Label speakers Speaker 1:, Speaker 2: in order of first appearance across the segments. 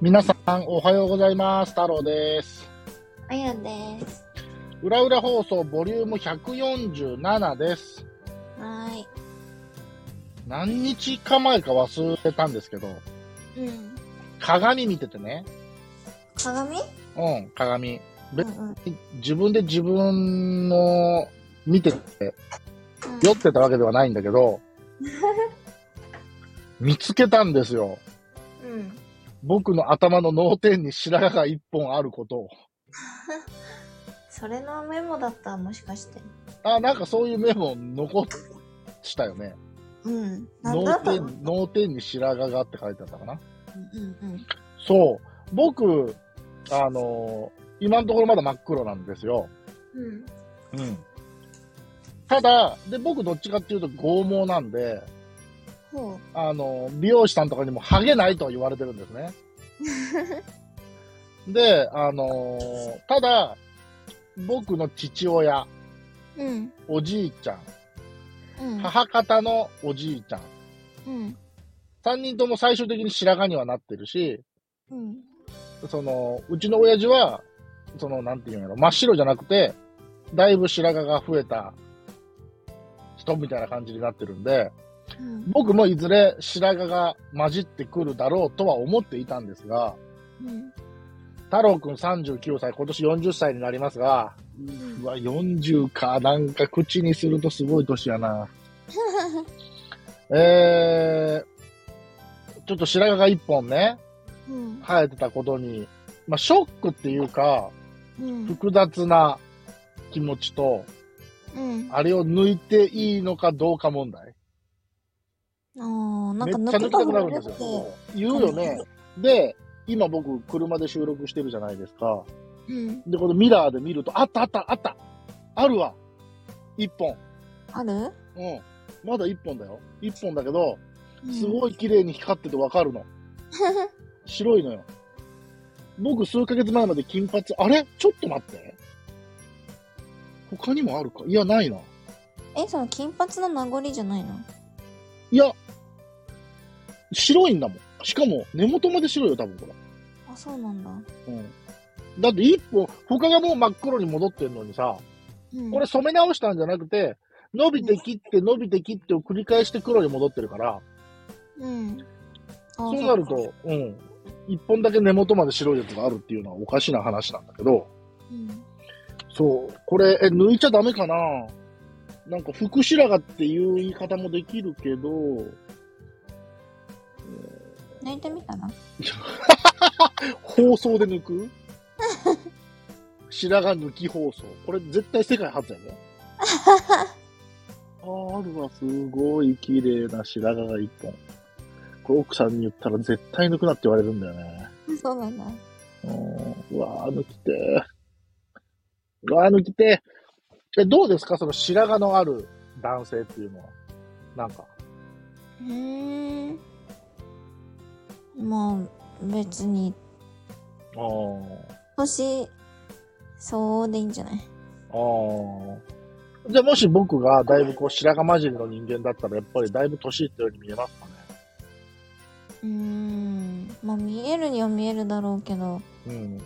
Speaker 1: 皆さん、おはようございます。太郎です。
Speaker 2: あやです。
Speaker 1: 裏裏放送ボリューム147です。
Speaker 2: はーい。
Speaker 1: 何日か前か忘れたんですけど、
Speaker 2: うん。
Speaker 1: 鏡見ててね。
Speaker 2: 鏡？
Speaker 1: うん、鏡。
Speaker 2: う
Speaker 1: べ
Speaker 2: んうん。
Speaker 1: 自分で自分の見てて、酔ってたわけではないんだけ ど、見つけたんですよ。
Speaker 2: うん。
Speaker 1: 僕の頭の脳天に白髪が一本あることを。
Speaker 2: それのメモだったもしかして。
Speaker 1: あ、なんかそういうメモ残したよね。
Speaker 2: うん。なんだ
Speaker 1: 脳
Speaker 2: ったの？うん
Speaker 1: 天、脳天に白髪がって書いてあったかな。
Speaker 2: うん
Speaker 1: そう。僕、あのー今のところまだ真っ黒なんですよ。
Speaker 2: うん。うん。
Speaker 1: うん。ただ、で、僕どっちかっていうと剛毛なんで、
Speaker 2: ほ
Speaker 1: あのー美容師さんとかにもハゲないとは言われてるんです ね。で、あのーただ、僕の父親、
Speaker 2: う。うん
Speaker 1: おじいちゃ
Speaker 2: う
Speaker 1: ん、
Speaker 2: ん
Speaker 1: 母方のおじいちゃん、
Speaker 2: うん
Speaker 1: 三人とも最終的に白髪にはなってるし、
Speaker 2: うん
Speaker 1: その、うちの親父は、その、なんていうんやろ、真っ白じゃなくて、だいぶ白髪が増えた人みたいな感じになってるんで、
Speaker 2: うん
Speaker 1: 僕もいずれ白髪が混じってくるだろうとは思っていたんですが、
Speaker 2: うん。
Speaker 1: 太郎くん39歳、今年40歳になりますが、うわ、40か、なんか口にするとすごい年やな。えー、ちょっと白髪が1本ね、
Speaker 2: うん
Speaker 1: 生えてたことに、まあ、ショックっていうか、
Speaker 2: うん
Speaker 1: 複雑な気持ちと、
Speaker 2: うん。
Speaker 1: あれを抜いていいのかどうか問題。
Speaker 2: ああな
Speaker 1: め
Speaker 2: ん
Speaker 1: っち
Speaker 2: か
Speaker 1: ゃ
Speaker 2: 抜
Speaker 1: 抜
Speaker 2: く
Speaker 1: きた
Speaker 2: と
Speaker 1: くなるん
Speaker 2: 思
Speaker 1: で
Speaker 2: っ
Speaker 1: す
Speaker 2: て
Speaker 1: よ。言うよね。で、今僕、車で収録してるじゃないですか。
Speaker 2: うん。
Speaker 1: で、このミラーで見ると、あったあったあったあるわ一本。
Speaker 2: ある？
Speaker 1: うん。まだ一本だよ。一本だけど、
Speaker 2: うん
Speaker 1: すごい綺麗に光っててわかるの。白いのよ。僕、数ヶ月前まで金髪、あれちょっと待って。他にもあるかいや、ないな。
Speaker 2: えその金髪の名残じゃないの？
Speaker 1: いや、白いんだもん。しかも、根元まで白いよ、多分こ
Speaker 2: あそうなんだ。
Speaker 1: れ。うん。だって一本、他がもう真っ黒に戻ってんのにさ、
Speaker 2: うん
Speaker 1: これ染め直したんじゃなくて、伸びて切って伸びて切ってを繰り返して黒に戻ってるから、
Speaker 2: うん。あ
Speaker 1: そうなる。と、うん。一本だけ根元まで白いやつがあるっていうのはおかしな話なんだけど、
Speaker 2: うん
Speaker 1: そう、これ、え、抜いちゃダメかななんか、福白髪っていう言い方もできるけど、
Speaker 2: 抜いてみたら？
Speaker 1: 放送で抜く白髪抜き放送。これ絶対世界初やね。あーあるわ、すごい綺麗な白髪が一本。これ奥さんに言ったら絶対抜くなって言われるんだよね。
Speaker 2: そうなんだ。
Speaker 1: うんうわー抜きてー。うわー抜きてー。え、どうですかその白髪のある男性っていうのは。なんか。
Speaker 2: うーんまあ別に
Speaker 1: ああ。
Speaker 2: 年そうでいいんじゃない
Speaker 1: ああ。じゃあもし僕がだいぶこう白髪混じりの人間だったらやっぱりだいぶ年いってるように見えますかね。
Speaker 2: うーんまあ見えるには見えるだろうけど
Speaker 1: うん。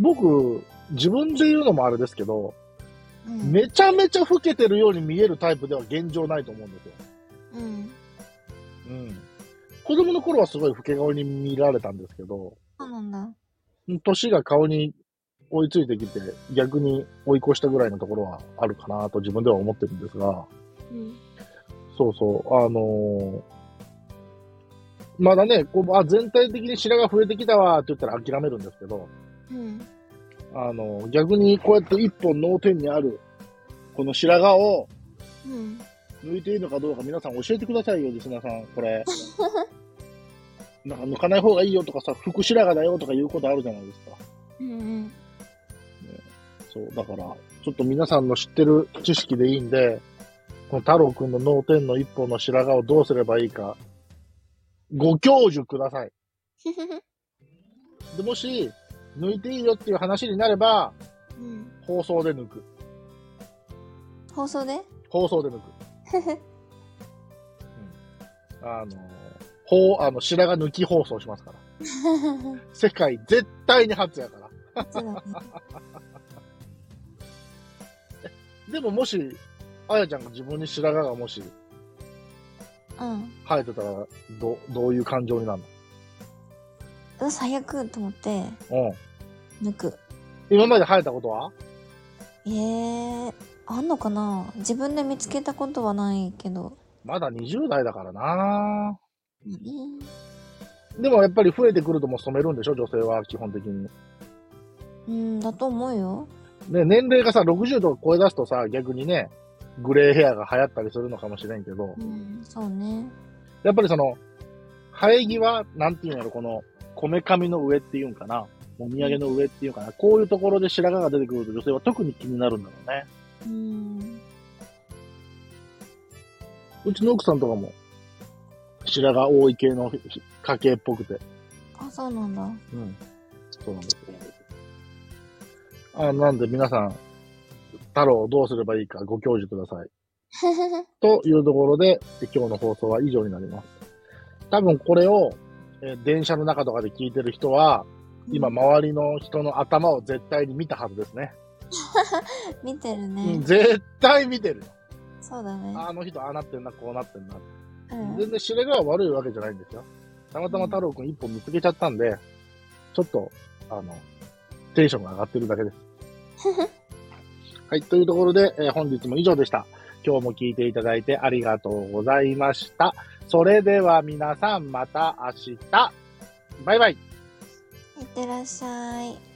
Speaker 1: 僕、自分で言うのもあれですけど、
Speaker 2: うん
Speaker 1: めちゃめちゃ老けてるように見えるタイプでは現状ないと思うんですよ。
Speaker 2: うん
Speaker 1: うん。子供の頃はすごい老け顔に見られたんですけど、
Speaker 2: そうなんだ
Speaker 1: 年が顔に追いついてきて、逆に追い越したぐらいのところはあるかなと自分では思ってるんですが、
Speaker 2: うん
Speaker 1: そうそう、あのーまだね、こうあ全体的に白が増えてきたわって言ったら諦めるんですけど、
Speaker 2: うん
Speaker 1: あのー逆にこうやって一本脳天にある、この白髪を
Speaker 2: うん
Speaker 1: 抜いていいのかどうか皆さん教えてくださいよ、リスナーさん、これ。なんか抜かない方がいいよとかさ、副白髪だよとかいうことあるじゃないですか。
Speaker 2: うんうん
Speaker 1: そう、だから、ちょっと皆さんの知ってる知識でいいんで、この太郎くんの脳天の一本の白髪をどうすればいいか、ご教授ください。で、もし、抜いていいよっていう話になれば、
Speaker 2: うん
Speaker 1: 放送で抜く。
Speaker 2: 放送で
Speaker 1: 放送で抜く。うんあの、ほう、あの、白髪抜き放送しますから。世界絶対に初やから。
Speaker 2: そうだね。
Speaker 1: でももし、あやちゃんが自分に白髪がもし
Speaker 2: うん
Speaker 1: 生えてたら、ど、どういう感情になる
Speaker 2: うわ。最悪と思って、
Speaker 1: のうん。
Speaker 2: 抜く。
Speaker 1: 今まで生えたことは
Speaker 2: えー、あんのかな自分で見つけたことはないけど。
Speaker 1: まだ20代だからな
Speaker 2: まあね
Speaker 1: でもやっぱり増えてくるともう染めるんでしょ女性は基本的に。
Speaker 2: うん、だと思うよ。
Speaker 1: ね、年齢がさ、60とか超え出すとさ、逆にね、グレーヘアが流行ったりするのかもしれんけど、
Speaker 2: うん、そうね。
Speaker 1: やっぱりその、生え際、なんていうんやろ、この、こめかみの上っていうんかな、もみあげの上っていうんかな、こういうところで白髪が出てくると女性は特に気になるんだろうね。
Speaker 2: うん。
Speaker 1: うちの奥さんとかも、白髪多い系のひ家系っぽくて。
Speaker 2: あ、そうなんだ。
Speaker 1: うん。そうなんですよ。あなんで皆さん、太郎をどうすればいいかご教授ください。というところで、今日の放送は以上になります。多分これを、えー電車の中とかで聞いてる人は、今、周りの人の頭を絶対に見たはずですね。
Speaker 2: 見てる
Speaker 1: うん
Speaker 2: ね。
Speaker 1: 絶対見てるよ。
Speaker 2: そうだね。
Speaker 1: あの人、ああなってんな、こうなってんな。
Speaker 2: うん。
Speaker 1: 全然知れが悪いわけじゃないんですよ。たまたま太郎くん一本見つけちゃったんで、ちょっと、あの、テンションが上がってるだけ です。はい、というところで、えー本日も以上でした。今日も聞いていただいてありがとうございました。それでは皆さんまた明日。バイバイ。
Speaker 2: いってらっしゃい。